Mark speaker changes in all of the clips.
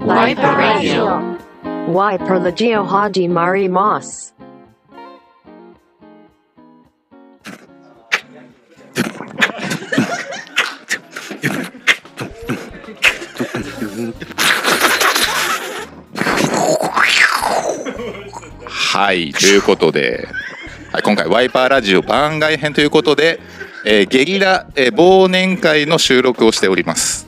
Speaker 1: ワイパーラジオ
Speaker 2: Wiper Legio Haji Mari Moss.
Speaker 3: はい、ということで、はい、今回ワイパーラジオ番外編ということで、えーゲリラ、えー忘年会の収録をしております。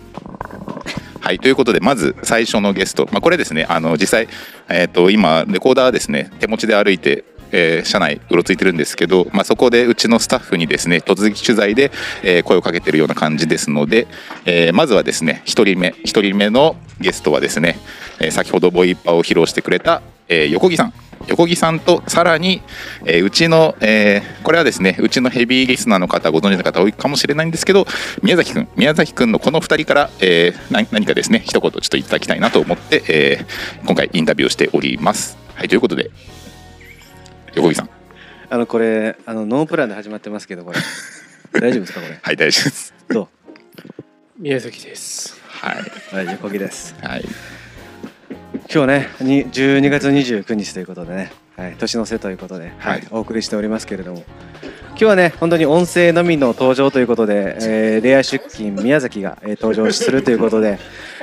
Speaker 3: はい、ということで、まず最初のゲスト。まあ、これですね、あの、実際、えっ、と、今、レコーダーですね、手持ちで歩いて、えー車内うろついてるんですけど、まあ、そこでうちのスタッフにですね突撃取材で、えー声をかけてるような感じですので、えーまずはですね1人目一人目のゲストはですね、えー先ほどボイパを披露してくれた、えー横木さん横木さんとさらに、えーうちの、えーこれはですねうちのヘビーリスナーの方ご存知の方多いかもしれないんですけど宮崎くん宮崎くんのこの2人から、えーな何かですね一言ちょっといただきたいなと思って、えー今回インタビューをしております。はいということで横木さん
Speaker 4: あのこれあのノープランで始まってますけど これ大丈夫ですかこれ
Speaker 3: はい大丈夫です。
Speaker 4: ど
Speaker 5: 宮崎です。
Speaker 3: はい、
Speaker 4: うはい横木です
Speaker 3: はい、
Speaker 4: 今日ねに12月29日ということでね、はい、年の瀬ということで、
Speaker 3: は
Speaker 4: はいい、お送りしておりますけれども今日はね本当に音声のみの登場ということで、えーレア出勤宮崎が、えー登場するということで、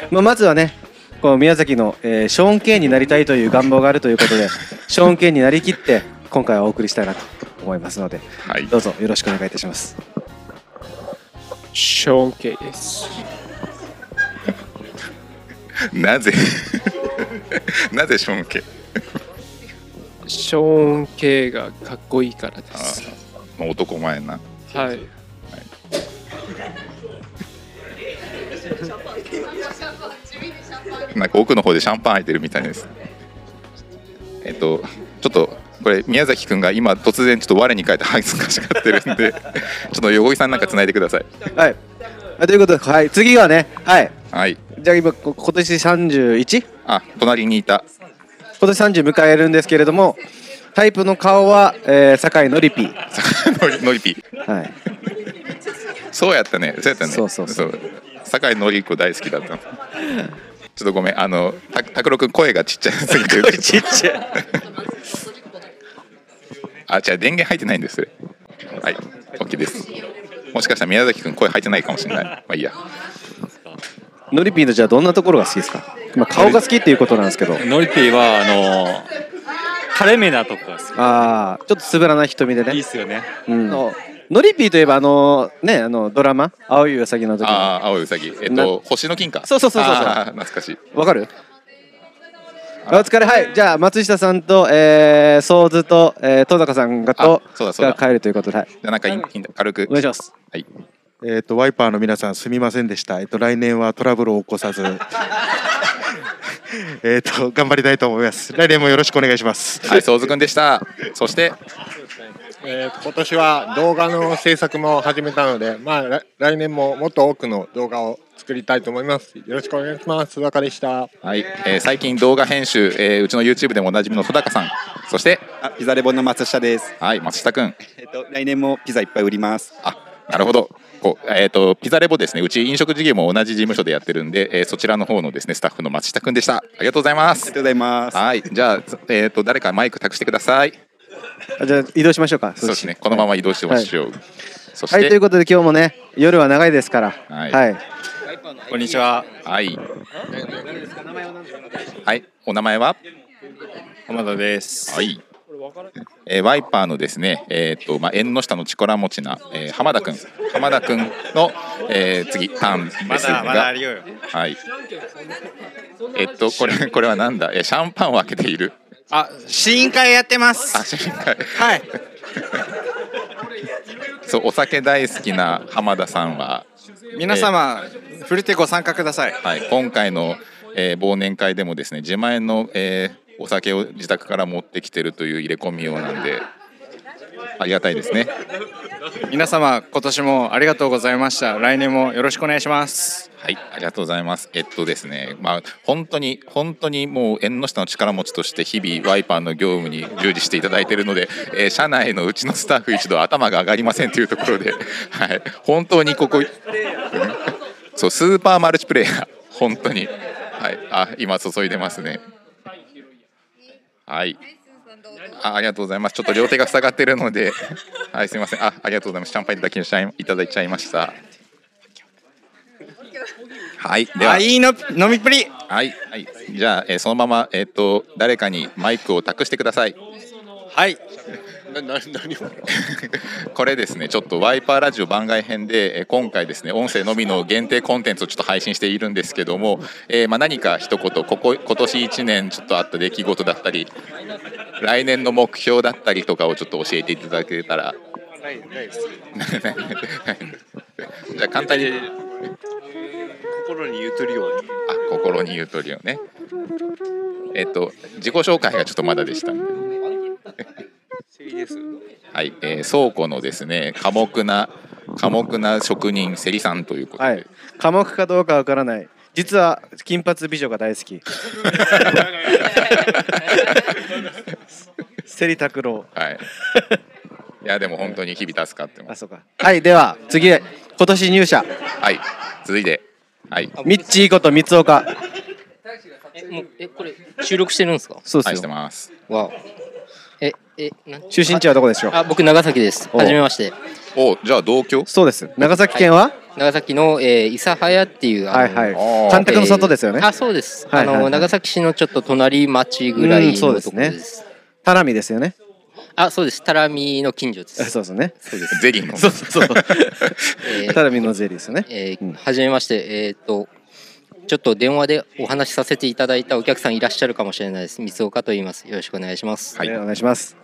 Speaker 4: まあ、まずはねこの宮崎の、えーショーン・ケンになりたいという願望があるということでショーン・ケンになりきって今回はお送りしたいなと思いますので
Speaker 3: はい、
Speaker 4: どうぞよろしくお願いいたします
Speaker 5: ショーン・ケイです。
Speaker 3: なぜ なぜショーンケ
Speaker 5: ショーン・ケイがかっこいいからです。
Speaker 3: もう男前な
Speaker 5: はい。
Speaker 3: なんか奥の方でシャンパン開いてるみたいです。えっと、ちょっと、これ宮崎くんが今突然ちょっと我に返って恥ずかしがってるんで。ちょっと横井さんなんか繋いでください。
Speaker 4: はい。あということで、はい、次はね、はい。
Speaker 3: はい、
Speaker 4: じゃあ今、こ今年 31?
Speaker 3: あ、隣にいた。
Speaker 4: 今年30迎えるんですけれども、タイプの顔は、えー、酒井のりぴ。は
Speaker 3: のり、のりぴ。
Speaker 4: い。
Speaker 3: そうやったね。そうやったね。。
Speaker 4: そうそうそう
Speaker 3: 酒井のり子大好きだったの。ちょっとごめん、あの、た、拓郎くん声がちっちゃすぎて。
Speaker 4: っ ちゃい。
Speaker 3: あ、じゃ、電源入ってないんです。それはい、オッケーです。もしかしたら宮崎くん声入ってないかもしれない。まあ、いいや。
Speaker 4: のりぴのじゃあどんなところが好きですかまあ、顔が好きっていうことなんですけど。
Speaker 6: ノリピーはあのー、垂れ目なとこが好
Speaker 4: ああ、ちょっと滑らない瞳で
Speaker 6: き。いいっ
Speaker 4: ね。
Speaker 6: すよね。
Speaker 4: うん。のりぴといえば、あのね、あの、ドラマ、青いウサギの時
Speaker 3: あ
Speaker 4: の。
Speaker 3: あ、青いうさぎ。えっ
Speaker 4: な
Speaker 3: と、星の金貨。
Speaker 4: そうそうそうそうそう
Speaker 3: あー懐かしい。
Speaker 4: わかるお疲れ、はい。じゃあ、松下さんと、えー、ソーズと、えー、戸坂さんがと
Speaker 3: あ、そうだそうだ
Speaker 4: が帰るということで、はい。
Speaker 3: じゃあなんかインインタ軽く。
Speaker 4: お願いします。
Speaker 3: はい。
Speaker 7: えっ、とワイパーの皆さんすみませんでした。えっ、と来年はトラブルを起こさず、 えっと頑張りたいと思います。来年もよろしくお願いします。
Speaker 3: はい、そうずくんでした。そして、
Speaker 8: えー、今年は動画の制作も始めたので、まあ、来来年ももっと多くの動画を作りたいと思います。よろしくお願いします。須坂でした。
Speaker 3: はい、えー最近動画編集、えーうちの YouTube でもおなじみの戸高さん。そして、
Speaker 9: あピザレボンの松下です。
Speaker 3: はい、松下くん。
Speaker 9: えっと来年もピザいっぱい売ります。
Speaker 3: あ、なるほど。こうえっ、とピザレボですね。うち飲食事業も同じ事務所でやってるんで、えーそちらの方のですねスタッフの松下くんでした。ありがとうございま
Speaker 9: あり
Speaker 3: す
Speaker 9: が。とうございます。
Speaker 3: はい、じゃあえっ、と誰かマイク託してください。
Speaker 4: あじゃあ移動しましょうか。
Speaker 3: そうですね。このまま移動してましょう。そし
Speaker 4: はい、とい
Speaker 3: て
Speaker 4: う、ことで今日もね、夜は長いですから。
Speaker 3: は
Speaker 4: はいい。
Speaker 6: こんにちは。
Speaker 3: はい、はい、お名前は。
Speaker 6: 浜田です。
Speaker 3: はい。えーワイパーのですね、えーっとまあ、縁の下の力持ちな、えー浜田君、浜田君の、えー次、ターンで
Speaker 6: ます
Speaker 3: が、
Speaker 6: だまだあるよ。
Speaker 3: はい、えっと、これ、これはなんだ、えーシャンパンを開けている、
Speaker 6: あ、試飲会やってま
Speaker 3: あ、
Speaker 6: す。
Speaker 3: 試飲会
Speaker 6: はい。
Speaker 3: そう、お酒大好きな浜田さんは、
Speaker 6: 皆様、フルテご参加ください。
Speaker 3: はい、今回の、えー忘年会でもですね、自前の、えーお酒を自宅から持ってきてるという入れ込みようなんで、ありがたいですね。
Speaker 6: 皆様、今年もありがとうございました。来年もよろしくお願いします。
Speaker 3: はい、ありがとうございます。えっとですね、まあ本当に本当にもう縁の下の力持ちとして日々ワイパーの業務に従事していただいているので、えー社内のうちのスタッフ一度頭が上がりませんというところで、はい、本当にここ、うんそうスーパーマルチプレイヤー本当に。はい、あ、今注いでますね。はい。あ、ありがとうございます。ちょっと両手が塞がってるので。はい、すみません。あ、ありがとうございます。シャンパンいただきちゃい、いただいちゃいました。はい、では
Speaker 9: あ、、いいの飲みっぷり
Speaker 3: はい、はい、じゃあ、えーそのまま、えっ、と、誰かにマイクを託してください。
Speaker 9: はい
Speaker 8: なな何を
Speaker 3: これですねちょっとワイパーラジオ番外編でえー今回ですね音声のみの限定コンテンツをちょっと配信しているんですけども、えーまあ、何か一言ここ今年1年ちょっとあった出来事だったり来年の目標だったりとかをちょっと教えていただけた らじゃあ簡単に
Speaker 1: 心にゆとりを
Speaker 3: あ心にゆとりをねえっ、と自己紹介がちょっとまだでした
Speaker 1: 正義です
Speaker 3: はい、えー倉庫のですね寡黙な寡黙な職人セリさんということで、
Speaker 4: はい寡黙かどうかわからない実は金髪美女が大好きセリタクロ
Speaker 3: はい。いやでも本当に日々助かって
Speaker 4: ウあ
Speaker 3: ます。
Speaker 4: そうかはいでは次へ今年入社
Speaker 3: はい。続いて、はい。
Speaker 4: ミッチーこと三岡
Speaker 10: え、もう、え、これ、収録してるんですか
Speaker 4: そう
Speaker 3: 愛
Speaker 4: で
Speaker 3: し
Speaker 4: す
Speaker 3: て
Speaker 4: よ
Speaker 3: ます。
Speaker 10: わえ、え、なん
Speaker 4: 出身地はどこでしょう
Speaker 10: あ、僕、長崎です。
Speaker 4: お
Speaker 10: はじめまして。
Speaker 3: お、じゃあ同居？
Speaker 4: そうです長崎県は
Speaker 10: 長崎の、えー、諫早っていう、あの
Speaker 4: はいはい
Speaker 10: え
Speaker 3: あー
Speaker 4: 干
Speaker 10: ー
Speaker 4: 拓の里ですよね
Speaker 10: あ、そうです。
Speaker 4: はいはいはい
Speaker 10: あの、長崎市のちょっと隣町ぐらい
Speaker 4: うん
Speaker 10: の
Speaker 4: そ
Speaker 10: と
Speaker 4: う
Speaker 10: こ
Speaker 4: で
Speaker 10: ろ
Speaker 4: す
Speaker 10: です
Speaker 4: ね
Speaker 10: す。
Speaker 4: タラミですよね
Speaker 10: あ、そうです。タラミの近所で
Speaker 4: あ
Speaker 10: す。
Speaker 4: そうですね
Speaker 3: ゼリーの。
Speaker 4: そうそうそう
Speaker 10: えー
Speaker 4: タラミのゼリーですよね
Speaker 10: えー
Speaker 4: うん
Speaker 10: はじめまして、えーっと、ちょっと電話でお話しさせていただいたお客さんいらっしゃるかもしれないです。三岡と言います。よろしくお願いします。
Speaker 3: はい
Speaker 4: えーお願いします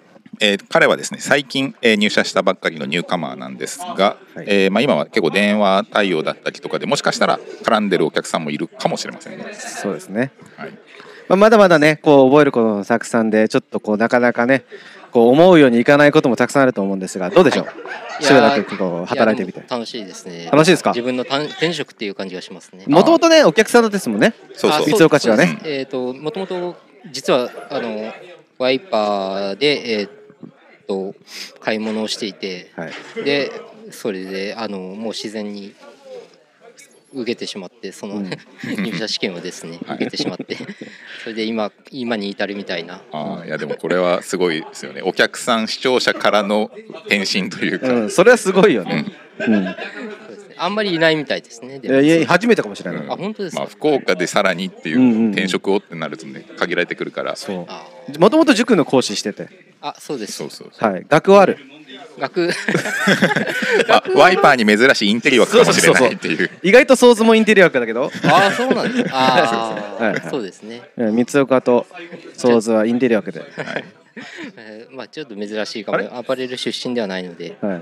Speaker 3: えー彼はですね最近、えー入社したばっかりのニューカマーなんですが、
Speaker 4: はい
Speaker 3: えーまあ、今は結構電話対応だったりとかでもしかしたら絡んでるお客さんもいるかもしれませんね。
Speaker 4: そうですね
Speaker 3: はい、
Speaker 4: まあ、まだまだねこう覚えることもたくさんでちょっとこうなかなかねこう思うようにいかないこともたくさんあると思うんですがどうでしょう、
Speaker 10: い
Speaker 4: しばら
Speaker 10: やー
Speaker 4: くこう働いてみて
Speaker 10: やでも楽しいですね。
Speaker 4: 楽しいですか
Speaker 10: 自分の単転職っていう感じがしますね。
Speaker 4: もともとねお客さんですもんね
Speaker 3: そうそう
Speaker 10: あ
Speaker 4: 三岡市はね
Speaker 10: そうですえっ、ともともと実はあのワイパーでえっ、と買い物をしていて、
Speaker 4: はい
Speaker 10: でそれであのもう自然に受けてしまってその、
Speaker 4: うん
Speaker 10: 入社試験をですね
Speaker 3: はい
Speaker 10: 受けてしまって、 それで今今に至るみたいな。
Speaker 3: あーいやでもこれはすごいですよねお客さん視聴者からの返信というか、
Speaker 4: うんそれはすごいよね、うん
Speaker 10: そうですねあんまりいないみたいですね。でも
Speaker 4: いやいや初めてかもしれない、
Speaker 10: あ本当ですか
Speaker 3: まあ、福岡でさらにってい
Speaker 4: うんうんうん
Speaker 3: う転職をってなるとね限られてくるから、
Speaker 4: そ
Speaker 10: あ
Speaker 4: うもともと塾の講師してて、
Speaker 10: あそうです。
Speaker 3: そうそう
Speaker 4: はい、学はある
Speaker 10: 学
Speaker 3: あワイパーに珍しいインテリ枠かもしれないっていう。
Speaker 4: 意外と想像もインテリアだけど
Speaker 10: ああそうなんで すね。ああ、
Speaker 4: はいはい
Speaker 10: そうですね。
Speaker 4: うん三岡と想像はインテリア枠で、
Speaker 10: えーまあちょっと珍しいかもアパレル出身ではないので
Speaker 4: はい、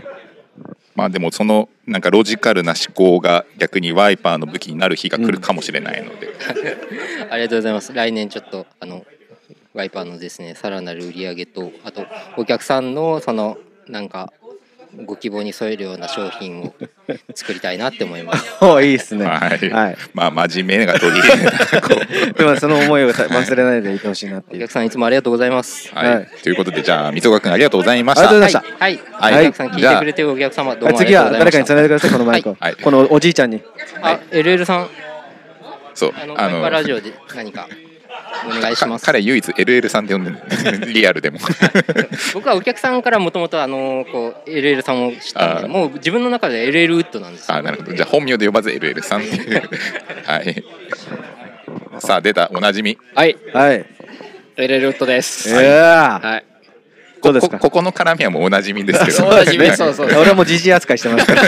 Speaker 3: まあでもそのなんかロジカルな思考が逆にワイパーの武器になる日が来るかもしれないので、
Speaker 10: ありがとうございます来年ちょっとあのワイパーのですねさらなる売り上げとあとお客さんのそのなんかご希望に添えるような商品を作りたいなって思います
Speaker 4: おいいっすね
Speaker 3: はい、
Speaker 4: はい
Speaker 3: まあ真面目 が取り入れなこ
Speaker 4: でもその思いを忘れないでいてほしいなって
Speaker 10: お
Speaker 4: いう
Speaker 10: 客さんいつもありがとうございます
Speaker 3: う、はい
Speaker 4: はい
Speaker 3: ということでじゃあ水岡君ありがとうございまし
Speaker 4: ありがとうございま
Speaker 3: た
Speaker 4: し
Speaker 10: はい、はい
Speaker 3: はい
Speaker 10: お客さん聞いてくれてるお客様どう
Speaker 4: はい
Speaker 10: もあり
Speaker 4: 次
Speaker 10: がと
Speaker 4: は
Speaker 10: うございま
Speaker 4: 誰か
Speaker 10: し
Speaker 4: に
Speaker 10: た
Speaker 4: 繋いでくださいこのマイクを、
Speaker 3: はい
Speaker 4: このおじいちゃんに
Speaker 10: あ LL さん
Speaker 3: そう
Speaker 10: あの
Speaker 3: あ
Speaker 10: ワイパーラジ
Speaker 3: の
Speaker 10: オで何かお願いしま
Speaker 3: か
Speaker 10: す
Speaker 3: 彼唯一 LL さんって呼ん でるリアルでも
Speaker 10: 僕はお客さんからもともとあのこう LL さんを知ったん
Speaker 3: あー
Speaker 10: でもう自分の中で LL ウッドなんですよ
Speaker 3: あなるほどじゃあ本名で呼ばず LL さんっていうはいさあ出たおなじみ
Speaker 5: はい、
Speaker 4: はい
Speaker 5: エレルットです。
Speaker 4: いやー
Speaker 5: はい。
Speaker 4: どうです
Speaker 3: こ
Speaker 4: か
Speaker 3: ここの絡みはもうおなじみですけど
Speaker 5: そうおなじみ そうそう
Speaker 4: 俺はもうじじい扱いしてますから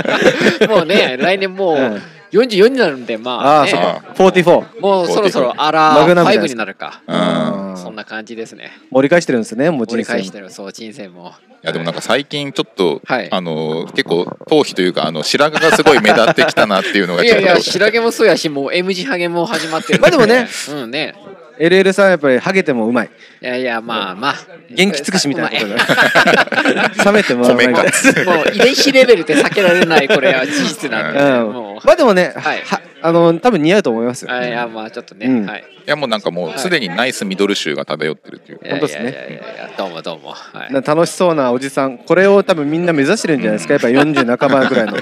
Speaker 5: もうね、来年も
Speaker 4: うん
Speaker 5: う44になるんで、ま
Speaker 4: あ
Speaker 5: あ、
Speaker 4: あ
Speaker 5: ね
Speaker 4: そっ
Speaker 3: か
Speaker 4: 44
Speaker 5: もうそろそろアラ
Speaker 4: マグナムじゃ
Speaker 5: 5
Speaker 4: ないですか
Speaker 5: になるか。
Speaker 3: うん
Speaker 5: そんな感じですね。
Speaker 4: 盛り返してるんですねもう
Speaker 5: 折
Speaker 4: 人
Speaker 5: り
Speaker 4: 生
Speaker 5: 返
Speaker 4: も
Speaker 5: してる、そう、人生も。
Speaker 3: いやでもなんか最近ちょっと、
Speaker 5: はい
Speaker 3: あの結構頭皮というかあの白髪がすごい目立ってきたなっていうのが
Speaker 5: い
Speaker 3: ちょっ
Speaker 5: や
Speaker 3: と
Speaker 5: いや、白毛もそうやし、もう M 字ハゲも始まってるん。
Speaker 4: まあでもね
Speaker 5: うんね。
Speaker 4: LL さんはやっぱりハゲてもうまい
Speaker 5: いやいや、まあまあ。
Speaker 4: 元気尽くしみたいなこ と
Speaker 5: まあ
Speaker 4: だ冷めてもらうまい
Speaker 3: 米か
Speaker 5: えもう遺伝子レベルで避けられない、これは事実なんで。
Speaker 4: うん
Speaker 5: もう
Speaker 4: まあでもね、は
Speaker 5: はい
Speaker 4: あの多分似合うと思いますよ
Speaker 5: あいや、まあちょっとね。
Speaker 4: うん
Speaker 5: はい。
Speaker 3: いやもうなんかもうすでにナイスミドル臭が漂ってるっていう
Speaker 5: い
Speaker 3: か、
Speaker 5: や
Speaker 4: 本当っすね
Speaker 5: いやいやいやいやどうもどうも。はい。
Speaker 4: な楽しそうなおじさんこれを多分みんな目指してるんじゃないですかやっぱ40半ばぐらいの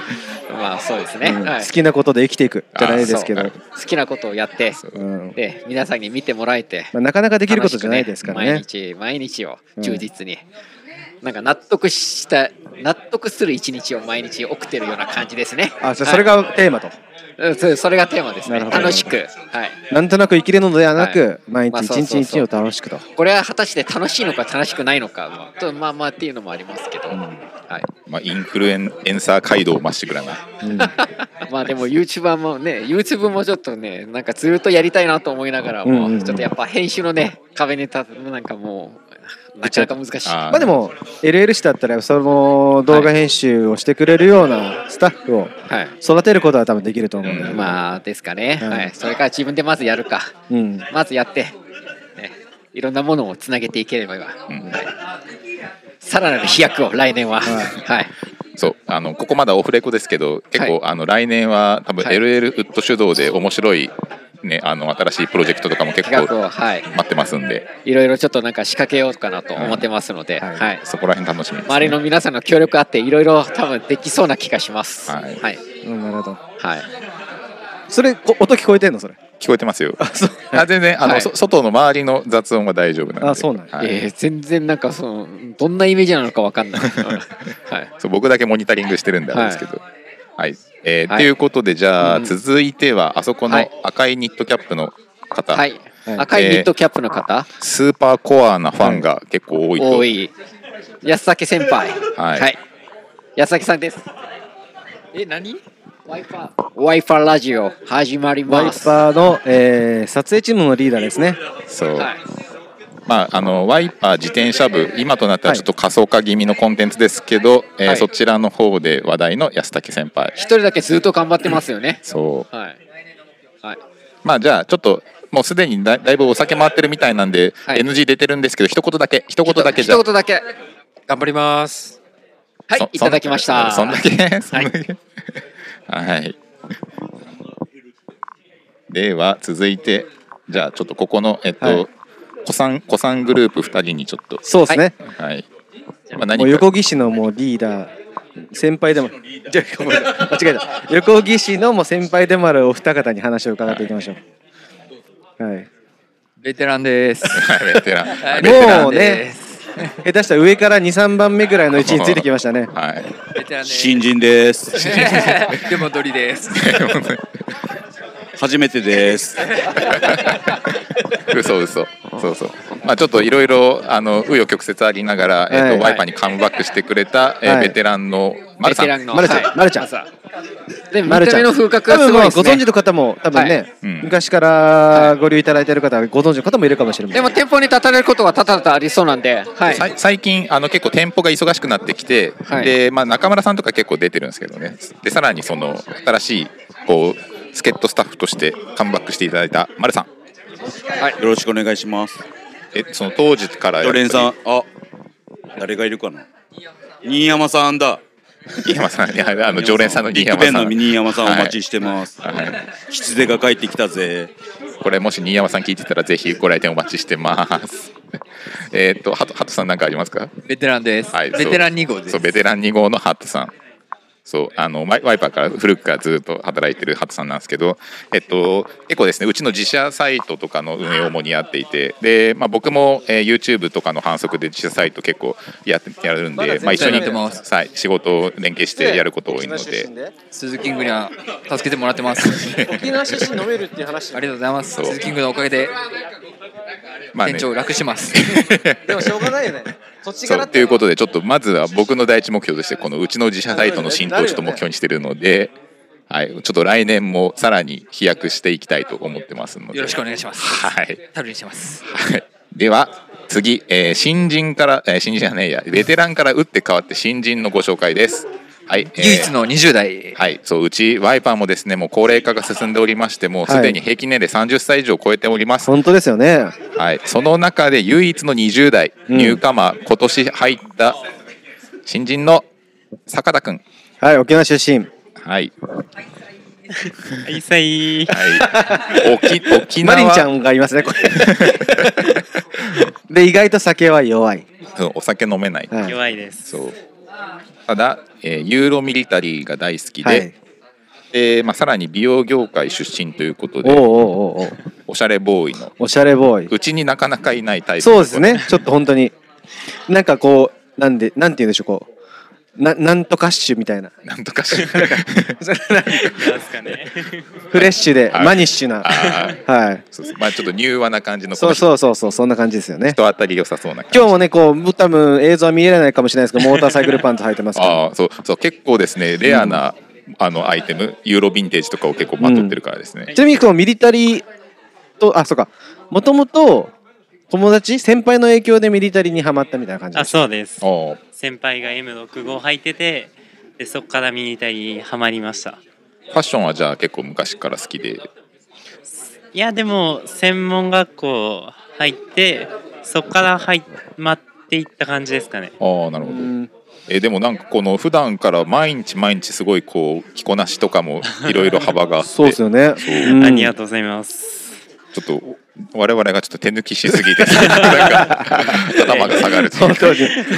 Speaker 11: まあそうですね、
Speaker 4: うん
Speaker 11: はい
Speaker 4: 好きなことで生きていくじゃないですけど
Speaker 11: あそう好きなことをやって、
Speaker 4: うん
Speaker 11: で皆さんに見てもらえて、
Speaker 4: まあなかなかできることじゃないですからね
Speaker 11: 楽しく毎日毎日を忠実に、なんか納得した納得する一日を毎日送ってるような感じですね
Speaker 4: あじゃあそれがテーマと、
Speaker 11: うんそそれがテーマですね
Speaker 4: なるほど
Speaker 11: 楽しくはい
Speaker 4: なんとなく生きるのではなく、
Speaker 11: はい
Speaker 4: 毎
Speaker 11: まあ
Speaker 4: 日一
Speaker 11: そう
Speaker 4: 日
Speaker 11: そう
Speaker 4: 一
Speaker 11: そう
Speaker 4: 日を楽しくと、
Speaker 11: これは果たして楽しいのか楽しくないのかまあとまあまあっていうのもありますけど、はい
Speaker 3: まあ、インフルエンエンサー街道をまっしてくらない。
Speaker 11: まあでも YouTuber もね YouTube もちょっとねなんかずっとやりたいなと思いながらも、
Speaker 4: うんうんうん
Speaker 11: ちょっとやっぱ編集のね壁に立つなんかもうなかなか難しい
Speaker 4: まあでも LL 氏だったらその動画編集をしてくれるようなスタッフを
Speaker 11: はい
Speaker 4: 育てることは多分できると思うんで、
Speaker 11: まあですかね、
Speaker 4: うん
Speaker 11: はいそれから自分でまずやるか
Speaker 4: うん、
Speaker 11: まずやって、ね、いろんなものをつなげていければ、はいさらなる飛躍を来年は、はい、
Speaker 3: そうあのここまだオフレコですけど結構、あの来年は多分
Speaker 11: はい
Speaker 3: LL ウッド主導で面白い、ね、あの新しいプロジェクトとかも結構
Speaker 11: 企画をはい
Speaker 3: 待ってますんで、
Speaker 11: いろいろちょっとなんか仕掛けようかなと思ってますので、はい
Speaker 3: そこら辺楽しみです、
Speaker 11: 周りの皆さんの協力あっていろいろ多分できそうな気がします。はい、はい
Speaker 4: うん、なるほど
Speaker 11: はい
Speaker 4: それこ音聞こえてんのそれ
Speaker 3: 聞こえてますよあ全然あの、
Speaker 11: はい
Speaker 3: そ外の周りの雑音は大丈夫なんで
Speaker 11: あそうなん
Speaker 3: はい
Speaker 11: えー全然なんかそのどんなイメージなのかわかん ない。はい、
Speaker 3: そう僕だけモニタリングしてるんであれですけど。はいえー
Speaker 11: はい
Speaker 3: ということでじゃあ、
Speaker 11: うん
Speaker 3: 続いてはあそこ
Speaker 11: は
Speaker 3: の
Speaker 11: い
Speaker 3: 赤いニットキャップの方、
Speaker 11: はい赤いニットキャップの方、
Speaker 3: えースーパーコアなファンが結構多いと、
Speaker 11: 多い安崎先輩。
Speaker 3: はい
Speaker 11: 安崎さんです。え何？ワイパー。ワイパーラジオ始まり
Speaker 4: ワイ
Speaker 11: ます。
Speaker 4: パーの、えー撮影チームのリーダーですね
Speaker 3: そう、まああのワイパー自転車部今となってはちょっと仮想化気味のコンテンツですけど、えー
Speaker 11: はい
Speaker 3: そちらの方で話題の安武先輩
Speaker 11: 一人だけずっと頑張ってますよね。
Speaker 3: そう
Speaker 11: はい。はい。
Speaker 3: まあじゃあちょっともうすでにだだいぶお酒回ってるみたいなんで、NG 出てるんですけど一言だけ一言だけじゃあ
Speaker 11: 一言だけ。
Speaker 5: 頑張ります。
Speaker 11: はい、いただきました。
Speaker 3: そんだけそんだけはいでは続いてじゃあちょっとここのえっと、子さん子さんグループ2人にちょっと
Speaker 4: そうですね
Speaker 3: はい、まあ、何
Speaker 4: もう
Speaker 3: か
Speaker 4: 横岸のもうリーダー先輩でもじゃあごめんなさい間違えた横岸のもう先輩でもあるお二方に話を伺っていきましょうはい
Speaker 12: ベテランです。
Speaker 3: ベテラン
Speaker 12: はいベテラン
Speaker 4: もうね下手したら上から23番目ぐらいの位置についてきましたね
Speaker 3: はい
Speaker 12: ベテランです。
Speaker 13: 新人です。
Speaker 12: でも鳥です。
Speaker 13: 初めてです。
Speaker 3: 嘘嘘そうそうまあちょっといろいろあの紆余曲折ありながら、えっと
Speaker 4: はい
Speaker 3: ワイパーにカムバックしてくれた、え
Speaker 4: はい
Speaker 3: ベテランのマル
Speaker 11: ベ
Speaker 3: さ
Speaker 11: テ
Speaker 3: ん
Speaker 11: ランの。
Speaker 4: まるちゃん、まるちゃん
Speaker 11: でも
Speaker 4: まる
Speaker 11: 見た目の風格は
Speaker 4: 多分
Speaker 11: すごいですね
Speaker 4: まあご存知の方も多分ね、昔からご利用いただいてる方はご存知の方もいるかもしれませ
Speaker 11: で
Speaker 4: ん
Speaker 11: も店舗に立たれることは多々ありそうなんで、は い。
Speaker 3: さい最近あの結構店舗が忙しくなってきて、
Speaker 11: はい
Speaker 3: でまあ、中村さんとか結構出てるんですけどねでさらにその新しいこう助っ人スタッフとしてカムバックしていただいた丸さん
Speaker 13: よろしくお願いします。
Speaker 3: え、その当時から
Speaker 13: ドレンさん、あ、誰がいるかな。新山さんだ。
Speaker 3: 新山さん、いやあの常連さんの新山さ
Speaker 13: ビッ
Speaker 3: ん
Speaker 13: グベンの新山さんお
Speaker 3: はい
Speaker 13: 待ちしてます。吉瀬が帰ってきたぜ。
Speaker 3: これもし新山さん聞いてたらぜひご来店お待ちしてます。 えーっとハトハトさんなんかありますか？
Speaker 12: ベテランです。
Speaker 3: はい、そう
Speaker 12: ベテラン2号です。
Speaker 3: そうベテラン2号のハトさん。そうあのワイワイパーから古くからずっと働いてるハトさんなんですけど、えっと結構ですねうちの自社サイトとかの運営を主にやっていて、でまあ僕も、えー YouTube とかの反則で自社サイト結構やってやるんで、まあ一緒に
Speaker 12: やってます
Speaker 3: はい仕事を連携してやること多いので、
Speaker 12: 鈴キングには助けてもらってます。
Speaker 4: 沖縄出身飲めるっていう話
Speaker 12: ありがとうございます。
Speaker 3: そう
Speaker 12: 鈴キングのおかげで
Speaker 3: まあね
Speaker 12: 店 長楽します。
Speaker 4: でもしょうがないよね土
Speaker 3: そうということでちょっとまずは僕の第一目標としてこのうちの自社サイトの浸透をちょっと目標にしてるので、はい、ちょっと来年もさらに飛躍していきたいと思ってますので
Speaker 12: よろしくお願いします。
Speaker 3: はい。
Speaker 12: 頼りにしてます。
Speaker 3: では次、えー新人から、えー新人じゃねえやベテランから打って変わって新人のご紹介です。はい、唯一
Speaker 12: の20代
Speaker 3: はいそううちワイパーもですねもう高齢化が進んでおりましてもうすでに平均年齢30歳以上を超えております
Speaker 4: 本当ですよね
Speaker 3: はい、その中で唯一の20代、
Speaker 4: うん
Speaker 3: ニューカマー、今年入った新人の坂田君。
Speaker 4: はい沖縄出身
Speaker 3: はい。
Speaker 4: はいさい
Speaker 3: はい沖沖縄
Speaker 4: マリンちゃんがいますねこれ で意外と酒は弱い
Speaker 3: うんお酒飲めない。
Speaker 4: はい
Speaker 14: 弱いです。
Speaker 3: そう。ただ、えーユーロミリタリーが大好きで、
Speaker 4: はい
Speaker 3: えーまあ、さらに美容業界出身ということ
Speaker 4: おう
Speaker 3: で
Speaker 4: おうおうおう
Speaker 3: おしゃれボーイの
Speaker 4: おしゃれボーイ
Speaker 3: うちになかなかいないタイプ
Speaker 4: そうですねちょっと本当になんかこうなんでなんて言うんでしょうこうななんとかッシュみたいな
Speaker 3: なんとかッシ ュ
Speaker 4: すかねフレッシュで
Speaker 3: はい
Speaker 4: マニッシュな
Speaker 3: はい
Speaker 4: はい
Speaker 3: そうですまあちょっと柔和な感じの
Speaker 4: そう
Speaker 3: う
Speaker 4: そうそうそうそんな感じですよね
Speaker 3: 人当たり良さそうな
Speaker 4: 今日もねこう多分映像は見えないかもしれないですけどモーターサイクルパンツ履いてますけど
Speaker 3: ああそうそう結構ですねレアな、あのアイテムユーロヴィンテージとかを結構まとってるからですね、
Speaker 4: ちなみにこのミリタリーとあそうかもともと友達先輩の影響でミリタリーにはまったみたいな感じ
Speaker 14: あそうです
Speaker 3: お
Speaker 14: 先輩が M65 履いててでそこからミニタリーにはまりました
Speaker 3: ファッションはじゃあ結構昔から好きで
Speaker 14: いやでも専門学校入ってそこから入っ待っていった感じですかね
Speaker 3: ああなるほど、えーでもなんかこの普段から毎日毎日すごいこう着こなしとか もいろいろ幅があって
Speaker 4: そうですよねうんありが
Speaker 14: とうございます
Speaker 3: ちょっと我々がちょっと手抜きしすぎてなん か頭が下がるという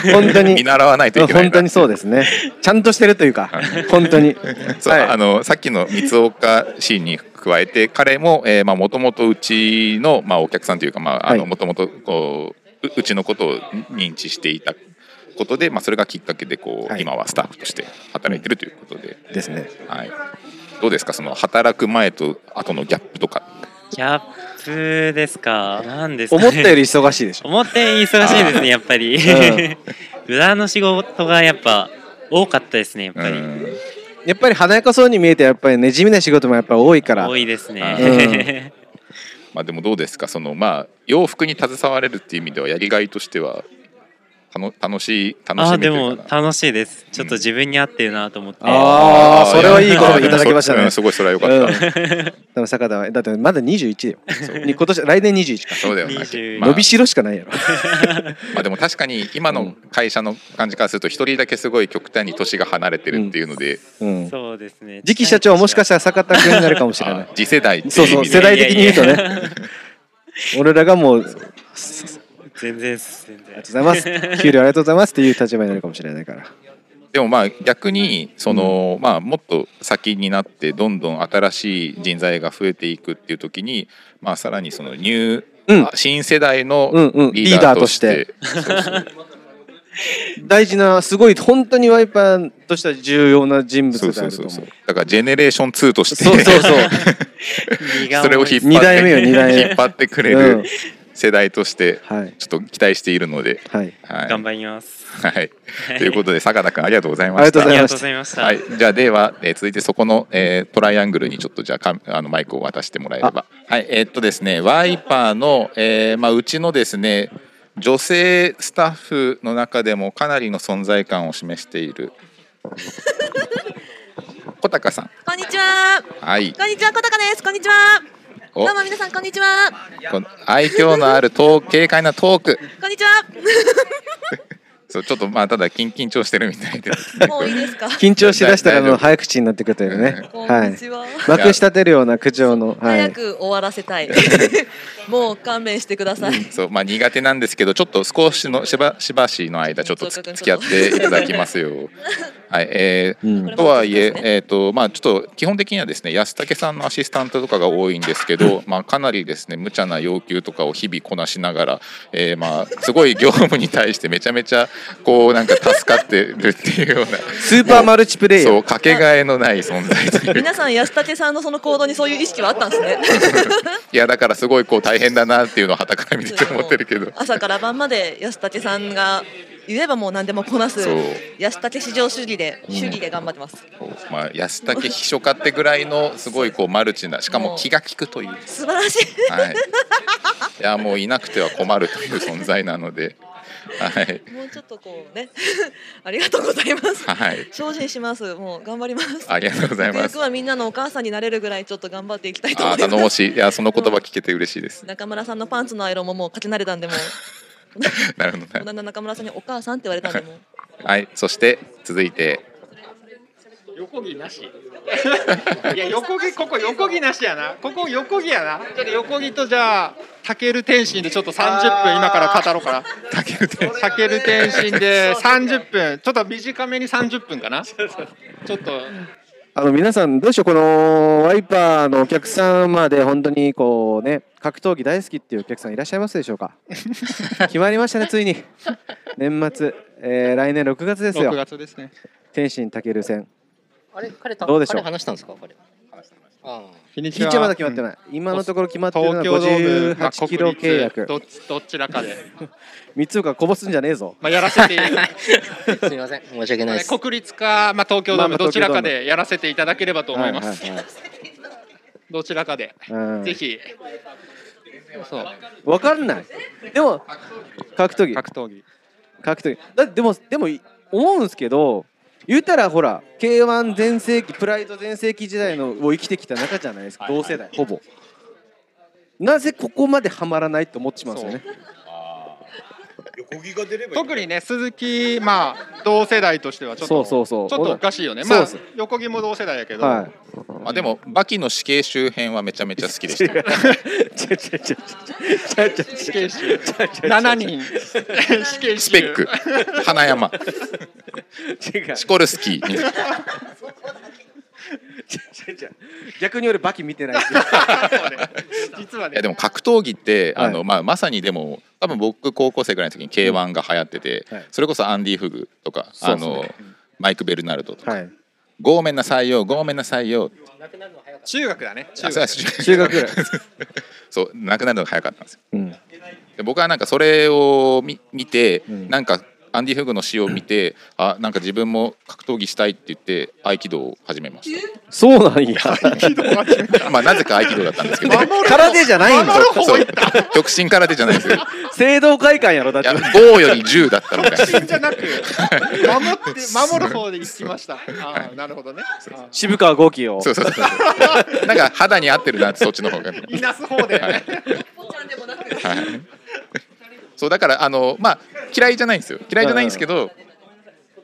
Speaker 3: か
Speaker 4: 本当に
Speaker 3: 見習わないといけない
Speaker 4: 本当にそうですねちゃんとしてるというか本当に
Speaker 3: そうあのさっきの三岡シーンに加えて彼ももともとうちの、まあ、お客さんというかもともとこうううちのことを認知していたことで、まあ、それがきっかけでこう、今はスタッフとして働いてるということで、
Speaker 4: ですね
Speaker 3: はい、どうですかその働く前と後のギャップとか
Speaker 14: ギャップですか何ですか、ね、
Speaker 3: 思ったより
Speaker 4: 忙しいでし
Speaker 14: ょ 思ったより忙し いですねやっぱり、 裏の仕事がやっぱ多かったですねやっぱり、
Speaker 4: やっぱり華やかそうに見えてやっぱりね地味な仕事もやっぱり多いから
Speaker 14: 多いですね、
Speaker 3: まあ、でもどうですかその、まあ、洋服に携われるっていう意味ではやりがいとしてはたの楽しい楽し
Speaker 14: あ
Speaker 3: みとい
Speaker 14: で
Speaker 3: うか
Speaker 14: も楽しいですちょっと自分に合ってるなと思って、
Speaker 4: ああそれはいい言葉いただきました
Speaker 3: う
Speaker 4: ね
Speaker 3: んすごいそれは良かった
Speaker 4: うんでも坂田はだってまだ21よに今年来年21か
Speaker 3: そうだよね まあ
Speaker 4: 伸びしろしかないやろ
Speaker 3: まあでも確かに今の会社の感じからすると一人だけすごい極端に年が離れてるっていうので、
Speaker 4: うん
Speaker 14: そうですね
Speaker 4: 次期社長はもしかしたら坂田君になるかもし れない
Speaker 3: 次世代ってい
Speaker 4: そうそう
Speaker 3: 意味で
Speaker 4: 世代的に言うと
Speaker 3: いやいやい
Speaker 4: ね俺らがもう
Speaker 14: 全然です全然ありが
Speaker 4: とうございます給料ありがとうございますっていう立場になるかもしれないから
Speaker 3: でもまあ逆にその、まあもっと先になってどんどん新しい人材が増えていくっていう時にまあさらにそのニュー、あ新世代の
Speaker 4: うんうん
Speaker 3: リーダーとして,、
Speaker 4: リ大事なすごい本当にワイパーとしては重要な人物
Speaker 3: そう
Speaker 4: であ
Speaker 3: そう
Speaker 4: ると
Speaker 3: そ
Speaker 4: 思う
Speaker 3: うそうだからジェネレーション2として
Speaker 4: そうそうそう
Speaker 3: それを引っ張って
Speaker 4: 二代目よ二代目
Speaker 3: 引っ張ってくれ
Speaker 4: う
Speaker 3: る
Speaker 4: ん
Speaker 3: 世代としてちょっと期待しているので、
Speaker 4: はい
Speaker 14: 頑張ります
Speaker 3: はい、 ということで坂田君ありがとうございました
Speaker 14: ありがとうございましたありがとうございました
Speaker 3: はい、じゃあでは、えー続いてそこの、えートライアングルにちょっとじゃあかあのマイクを渡してもらえればはいえーっとですねワイパーの、えーまあ、うちのですね女性スタッフの中でもかなりの存在感を示してい る小高さん
Speaker 15: こんにちは。
Speaker 3: はい
Speaker 15: こんにちは、小高です。こんにちは。ど
Speaker 3: お
Speaker 15: うも皆さん、こんにちは。
Speaker 3: この愛嬌のあるトー軽快なトーク
Speaker 15: こんにちは。
Speaker 3: そうちょっとまあただ緊緊張してるみたいで
Speaker 15: もういいですか。
Speaker 4: 緊張しだしたらあ
Speaker 3: 大丈
Speaker 4: の
Speaker 3: 夫
Speaker 4: 早口になってくれたよね
Speaker 15: こん
Speaker 4: は
Speaker 15: にちはい
Speaker 4: まくし立てるような苦情のは
Speaker 15: 早
Speaker 4: い
Speaker 15: く終わらせ たい。もう勘弁してください。
Speaker 3: そうまあ苦手なんですけどちょっと少しのしばしばしの間ちょっとつ
Speaker 15: そうか
Speaker 3: 付き合っていただきますよ。はいえーとはいええーとまあちょっと基本的にはですね安武さんのアシスタントとかが多いんですけどまあかなりですね無茶な要求とかを日々こなしながら、えーまあすごい業務に対してめちゃめちゃこうなんか助かってるっていうような
Speaker 4: スーパーマルチプレイヤー
Speaker 3: そうかけがえのない存在という
Speaker 15: 皆さん、安武さんのその行動にそういう意識はあったんですね。
Speaker 3: いやだからすごいこう大変だなっていうのをはたから見てて思ってるけど
Speaker 15: 朝から晩まで安武さんが言えばもう何でもこなす
Speaker 3: そう。
Speaker 15: 安武至上主義で、
Speaker 3: うん
Speaker 15: 主義で頑張ってます。
Speaker 3: まあ、安武秘書家ってぐらいのすごいこうマルチなしかも気が利くという
Speaker 15: 素晴らしい。
Speaker 3: はいいやもういなくては困るという存在なのではい
Speaker 15: もうちょっとこうね、 ありがとうございます。
Speaker 3: はい
Speaker 15: 精進します。もう頑張ります。
Speaker 3: ありがとうございます
Speaker 15: ゆくゆくはみんなのお母さんになれるぐらいちょっと頑張っていきたいと
Speaker 3: あ
Speaker 15: 思
Speaker 3: ー
Speaker 15: います。
Speaker 3: 頼もしいいやその言葉聞けて嬉しいです
Speaker 15: 中村さんのパンツのアイロンももうかけ慣れたん でもう。
Speaker 3: なるほど
Speaker 15: この間中村さんにお母さんって言われたんでもう。
Speaker 3: はいそして続いて
Speaker 16: 横着なし。いや横着ここ横着なしやな。ここ横着やな。じゃあ横着とじゃあタケル天心でちょっと三十分今から語ろうかな。タケル天心で三十分ちょっと短めに三十分かな。ちょっと。
Speaker 4: あの皆さんどうしようこのワイパーのお客様で本当にこうね格闘技大好きっていうお客さんいらっしゃいますでしょ うか決まりましたねついに年末、えー来年6月ですよ
Speaker 16: 6月ですね
Speaker 4: 天心たける戦
Speaker 10: あれ彼た
Speaker 4: どうでしょう
Speaker 10: 彼話したんですか彼ああ
Speaker 16: 日
Speaker 4: 日はまだ決まってない、今のところ決まってるのは
Speaker 16: 東京ドームまあ
Speaker 4: 58キロ契約
Speaker 16: 国立どっちどちらかで、
Speaker 4: 三つ岡こぼすんじゃねえぞ
Speaker 16: まあ、やらせて
Speaker 10: すみません申し訳ないです
Speaker 16: 国立か、まあ、東京ドー
Speaker 4: ま
Speaker 16: ム
Speaker 4: あまあ
Speaker 16: どちらか
Speaker 4: 東京ドー
Speaker 16: でやらせていただければと思います、
Speaker 4: はいはい
Speaker 16: どちらかで、
Speaker 4: うん
Speaker 16: ぜひそう
Speaker 4: わかんないでも格闘技格
Speaker 16: 闘技
Speaker 4: 格闘技だってでもでも思うんですけど言ったらほら k 1全盛期プライド全盛期時代のを生きてきた中じゃないですか、同世代ほぼなぜここまでハマらないと思ってしまうんですよね
Speaker 16: 特にね鈴木まあ同世代としてはちょっと
Speaker 4: そうそうそう
Speaker 16: ちょっとおかしいよね
Speaker 4: そう
Speaker 16: ま
Speaker 4: で
Speaker 16: あ
Speaker 4: す
Speaker 16: 横木も同世代やけど、
Speaker 4: はい
Speaker 3: まあでもバキの死刑周辺はめちゃめちゃ好きでした。
Speaker 16: 死刑囚7人 死刑囚
Speaker 3: スペック、花山、シコルスキーに。
Speaker 4: 逆に俺バキ見てない
Speaker 16: 実はい
Speaker 3: やでも格闘技って、あのまあまさにでも多分僕高校生ぐらいの時に K1 が流行ってて、それこそアンディフグとか、
Speaker 4: そう
Speaker 3: あ
Speaker 4: ですね
Speaker 3: のマイクベルナルドとか、
Speaker 4: はい
Speaker 3: ごめんなさいよごめんなさいよ。
Speaker 16: 中学だね
Speaker 3: あ
Speaker 16: 中学
Speaker 3: そうです
Speaker 4: 中学ぐらい
Speaker 3: そう亡くなるのが早かったんですよ。
Speaker 4: うん
Speaker 3: で僕はなんかそれを見見て、なんかアンディ・フグの詩を見てあなんか自分も格闘技したいって言って合気道を始め まし
Speaker 4: そうなんや
Speaker 3: たまあなぜか合気道だったん ですけど
Speaker 4: 空手じゃないんだ
Speaker 3: そう極真空手じゃないですけど
Speaker 4: 正道会館やろだって
Speaker 3: 5より10だったみたいな
Speaker 16: じ ゃなく守って守る方で行きましたああなるほどねあ
Speaker 4: 渋川豪輝を
Speaker 3: そうそうそうなんか肌に合ってるなってそっちの方が
Speaker 16: あいなす方で
Speaker 3: はいはいそうだからあのまあ嫌いじゃないんですよ嫌いじゃないんですけど
Speaker 17: 今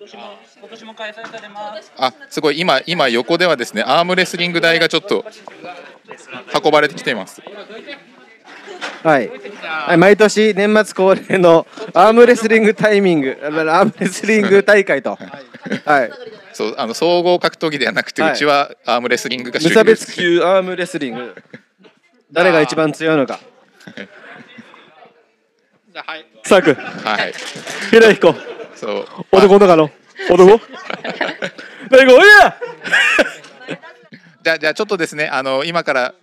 Speaker 17: 年も開催されます。
Speaker 3: あすごい今今横ではですねアームレスリング台がちょっと運ばれてきています
Speaker 4: はい、はい、毎年年末恒例のアームレスリングタイミングあアームレスリング大会と、はい、
Speaker 3: そうあの総合格闘技ではなくて、
Speaker 4: はいう
Speaker 3: ちはアームレスリング
Speaker 4: 無
Speaker 3: が主流
Speaker 4: 差
Speaker 3: です
Speaker 4: 別級アームレス リング誰が一番強いのか
Speaker 16: じゃあはい
Speaker 4: サーク
Speaker 3: はい
Speaker 4: 平彦
Speaker 3: そう
Speaker 4: 男のかの男誰がおいや
Speaker 3: じゃあじゃあちょっとですねあの今から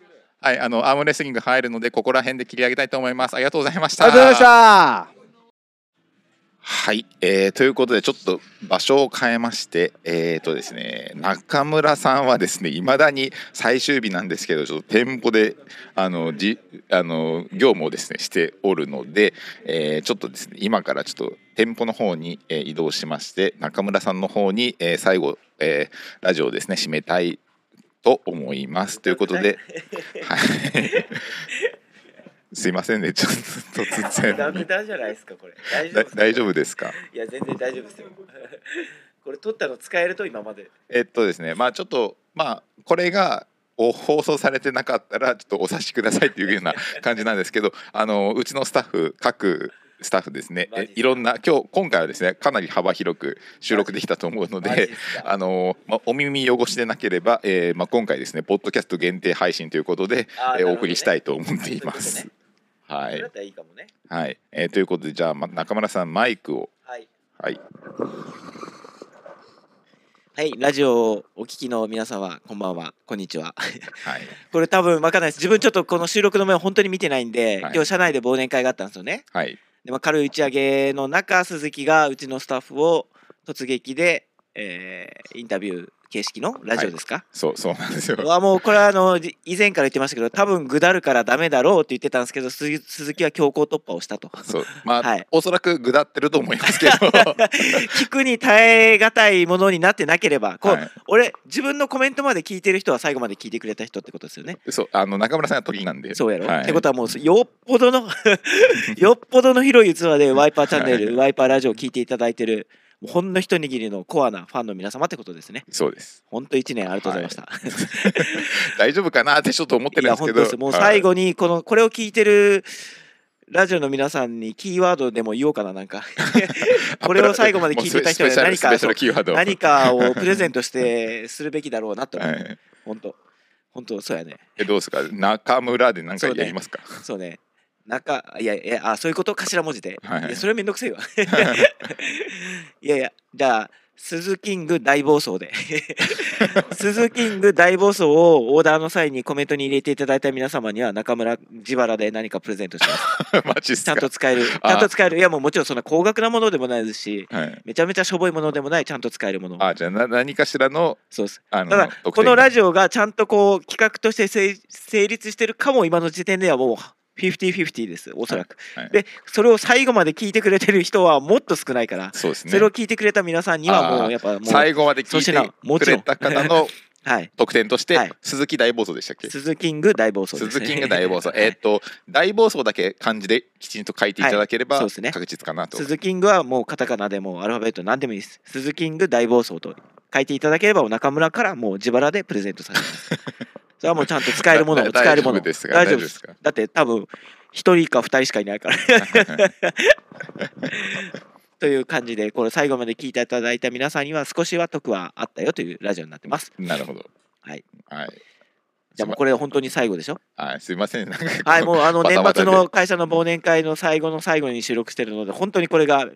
Speaker 3: はいあのアームレスリング入るのでここら辺で切り上げたいと思いますありがとうございました
Speaker 4: ありがとうございました
Speaker 3: はい、えーということでちょっと場所を変えましてえーとですね中村さんはですねいまだに最終日なんですけどちょっと店舗であのじあの業務をですねしておるので、えーちょっとですね今からちょっと店舗の方に、えー移動しまして中村さんの方に、えー最後、えーラジオをですね締めたいと思いますということ で、はい、すいませんねちょっと突然。
Speaker 18: ダメだじゃないですかこれ大
Speaker 3: だ
Speaker 18: 丈夫ですか
Speaker 3: 大丈夫ですか
Speaker 18: いや全然大丈夫ですよ これ取ったの使えると今まで
Speaker 3: えっとですねまあちょっとまあこれがお放送されてなかったらちょっとお察しくださいっていうよう な感じなんですけどあのうちのスタッフ各スタッフですねえいろんな今日今回はですねかなり幅広く収録できたと思うので あの、まあ、お耳汚しでなければ、えーまあ、今回ですねポッドキャスト限定配信ということで、
Speaker 18: あー
Speaker 3: えー
Speaker 18: なるほどね
Speaker 3: お送りしたいと思っています。は
Speaker 18: それ
Speaker 3: い
Speaker 18: だっ、たらいいかもね
Speaker 3: はいえーということでじゃあ、ま、中村さんマイクを、
Speaker 18: はい
Speaker 3: はい、
Speaker 18: はいラジオをお聞きの皆様こんばんはこんにちは
Speaker 3: はい
Speaker 18: これ多分わかんないです自分ちょっとこの収録の前本当に見てないんで、今日社内で忘年会があったんですよね
Speaker 3: はい
Speaker 18: で、まあ、軽い打ち上げの中鈴木がうちのスタッフを突撃で、えーインタビュー形式のラジオですか、
Speaker 3: そうそうなんですよ
Speaker 18: うわもうこれはあのじ以前から言ってましたけど多分ぐだるからダメだろうって言ってたんですけど鈴木鈴木は強行突破をしたと
Speaker 3: そうまあ、おそらくぐだってると思いますけど
Speaker 18: 聞くに耐え難いものになってなければこう、俺自分のコメントまで聞いてる人は最後まで聞いてくれた人ってことですよね。
Speaker 3: そうあの中村さんは鳥なんで
Speaker 18: そうやろ、
Speaker 3: はい
Speaker 18: ってことはもうよっぽどのよっぽどの広い器でワイパーチャンネル、ワイパーラジオを聞いていただいてるもうほんの一握りのコアなファンの皆様ってことですね。
Speaker 3: そうです
Speaker 18: 本当一年ありがとうございました。
Speaker 3: 大丈夫かなってちょっと思って
Speaker 18: い
Speaker 3: るん
Speaker 18: や
Speaker 3: です
Speaker 18: 本
Speaker 3: け
Speaker 18: 当
Speaker 3: ど
Speaker 18: ですもう最後にこのこれを聞いてるラジオの皆さんにキーワードでも言おうかな、なん か。これを最後まで聞いてた人に
Speaker 3: もう
Speaker 18: 何
Speaker 3: スペシャルス
Speaker 18: か
Speaker 3: ペシャルキーワード
Speaker 18: そう何かをプレゼントしてするべきだろうなと思う。
Speaker 3: はい
Speaker 18: 本当本当そうやね。
Speaker 3: えどうですか中村で何かやりますか
Speaker 18: そうね。中、いやいや、あ、そういうこと頭文字で。
Speaker 3: はい
Speaker 18: いや、それめんどくせ えわ。いやいや、じゃあ、鈴キング大暴走で。 鈴キング大暴走をオーダーの際にコメントに入れていただいた皆様には中村自腹で何かプレゼントします。
Speaker 3: ちゃ
Speaker 18: んと使える。 ちゃんと使える。いや、もうもちろんそんな高額なものでもないですし、
Speaker 3: はい
Speaker 18: めちゃめちゃしょぼいものでもない、ちゃんと使えるもの。
Speaker 3: あじゃあな何かしらの
Speaker 18: そうです
Speaker 3: あ
Speaker 18: た
Speaker 3: の
Speaker 18: だ
Speaker 3: 特典
Speaker 18: このラジオがちゃんとこう企画として成成立してるかも今の時点ではもう50-50ですおそらく、でそれを最後まで聞いてくれてる人はもっと少ないから
Speaker 3: そうですね
Speaker 18: れを聞いてくれた皆さんにはも
Speaker 3: あー
Speaker 18: うやっぱもう
Speaker 3: 最後まで聞い
Speaker 18: 粗品も
Speaker 3: てく
Speaker 18: ちろ
Speaker 3: れ
Speaker 18: ん
Speaker 3: た方の
Speaker 18: はい
Speaker 3: 特典として、鈴木大暴走でしたっけ
Speaker 18: 鈴キング大暴走です、ね、
Speaker 3: 鈴木キング大暴走えっと大暴走だけ漢字できちんと書いていただければ、
Speaker 18: はいそうですね
Speaker 3: 確実かなと
Speaker 18: 鈴キングはもうカタカナでもアルファベット何でもいいです鈴キング大暴走と書いていただければ中村からもう自腹でプレゼントさ せますそれはもうちゃんと使えるものも
Speaker 3: だ
Speaker 18: 使えるもの
Speaker 3: 大丈夫ですか大丈
Speaker 18: だって多分一人か二人しかいないから という感じでこれ最後まで聞いていただいた皆さんには少しは得はあったよというラジオになってます
Speaker 3: なるほど
Speaker 18: はい、
Speaker 3: はい、
Speaker 18: じゃあもうこれ本当に最後でしょ
Speaker 3: はいすいませんなんか
Speaker 18: はいもうあの
Speaker 3: バ
Speaker 18: 年
Speaker 3: タバタ
Speaker 18: 末
Speaker 3: で
Speaker 18: の会社の忘年会の最後の最後に収録してるので本当にこれが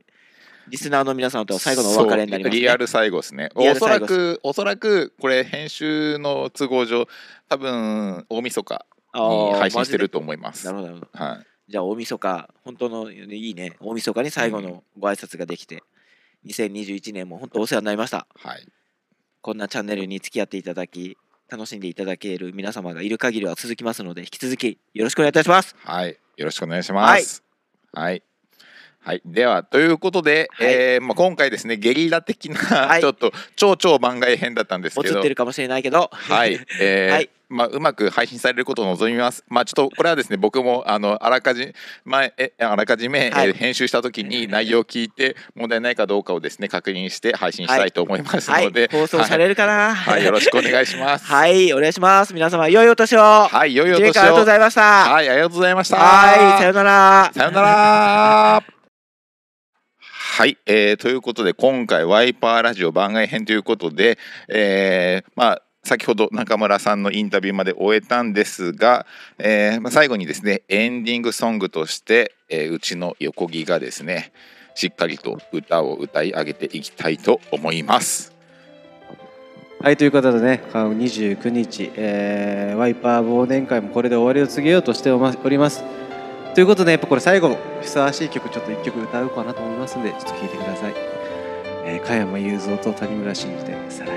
Speaker 18: リスナーの皆さんと最後のお別れになります、
Speaker 3: そう
Speaker 18: ね、
Speaker 3: リアル最後ですね
Speaker 18: リア
Speaker 3: お
Speaker 18: ル
Speaker 3: そ
Speaker 18: 最
Speaker 3: ら
Speaker 18: 後っす
Speaker 3: くおそらくこれ編集の都合上多分大晦日に
Speaker 18: あー
Speaker 3: 配信してると思います
Speaker 18: なるほどなるほ
Speaker 3: ど、はい、
Speaker 18: じゃあ大晦日本当のいいね大晦日に最後のご挨拶ができて、2021年も本当お世話になりました、
Speaker 3: はい、
Speaker 18: こんなチャンネルに付き合っていただき楽しんでいただける皆様がいる限りは続きますので引き続きよろしくお願いいたします
Speaker 3: はいよろしくお願いしますはいはい、ではということで、えーまあ、今回ですねゲリラ的な、ちょっと超超番外編だったんですけど
Speaker 18: 映ってるかもしれないけど
Speaker 3: はい、 えーまあうまく配信されることを望みます。まあちょっとこれはですね、僕もあのあらかじ前えあらかじめ、えー編集した時に内容を聞いて問題ないかどうかをですね確認して配信したいと思いますので、
Speaker 18: はい、放送されるかな
Speaker 3: はい、はいよろしくお願いします。
Speaker 18: はいお願いします皆様 良いお年をはい
Speaker 3: 良いお
Speaker 18: あり
Speaker 3: 年を
Speaker 18: がとうございました
Speaker 3: はいありがとうございました
Speaker 18: はいさようなら
Speaker 3: さよなら はい、えーということで今回ワイパーラジオ番外編ということで、えーまあ先ほど中村さんのインタビューまで終えたんですが、えーまあ、最後にですねエンディングソングとして、えーうちの横木がですねしっかりと歌を歌い上げていきたいと思います。
Speaker 4: はいということでねあの29日、えーワイパー忘年会もこれで終わりを告げようとしておまおりますということでやっぱこれ最後ふさわしい曲ちょっと1曲歌おうかなと思いますんでちょっと聴いてください、えー加山雄三と谷村新司で「さらい」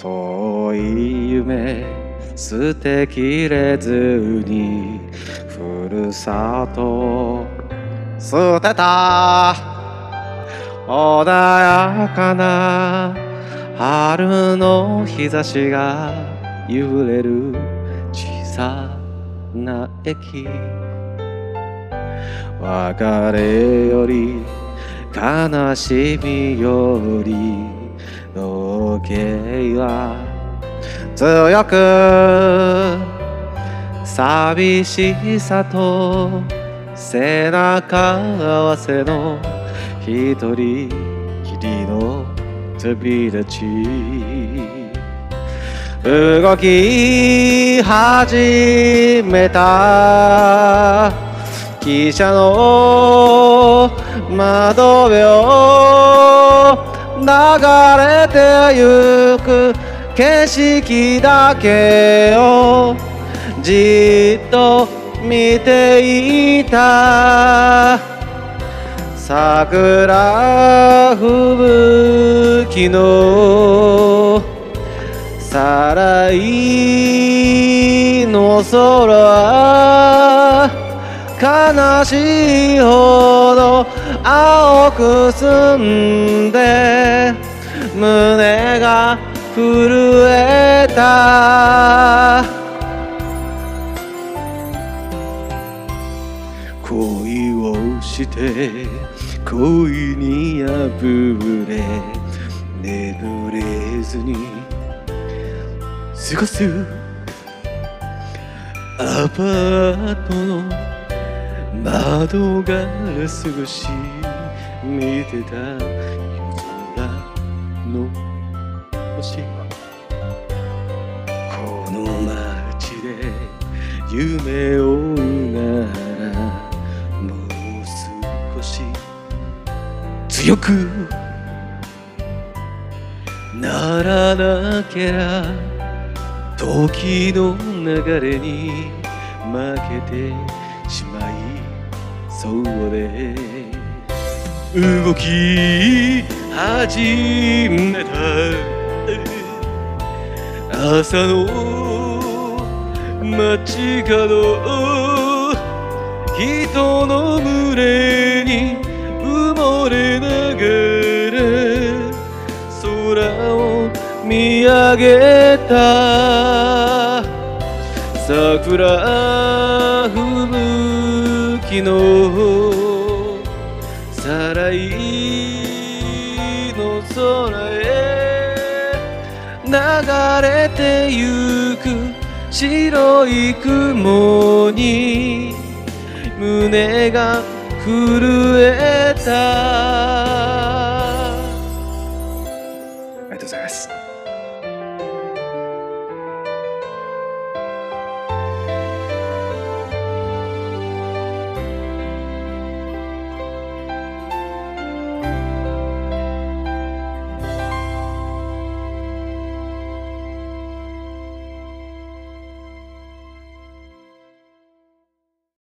Speaker 4: 遠い夢捨てきれずにふるさと捨てた穏やかな春の日差しが揺れる小さな駅別れより悲しみより時計は強く寂しさと背中合わせの一人きりの旅立ち動き始めた汽車の窓辺を流れてゆく景色だけをじっと見ていた桜吹雪のさらいの空悲しいほど青く澄んで胸が震えた恋をして恋に破れ眠れずに過ごすアパートの窓ガラス越し見てた夜空の星この街で夢を追うならもう少し強くならなけりゃ時の流れに負けてしまいそうで動き始めた朝の街角人の群れに埋もれながら空を見上げた桜吹雪のさらいの空へ流れてゆく白い雲に胸が震えた
Speaker 19: ありがとうございます。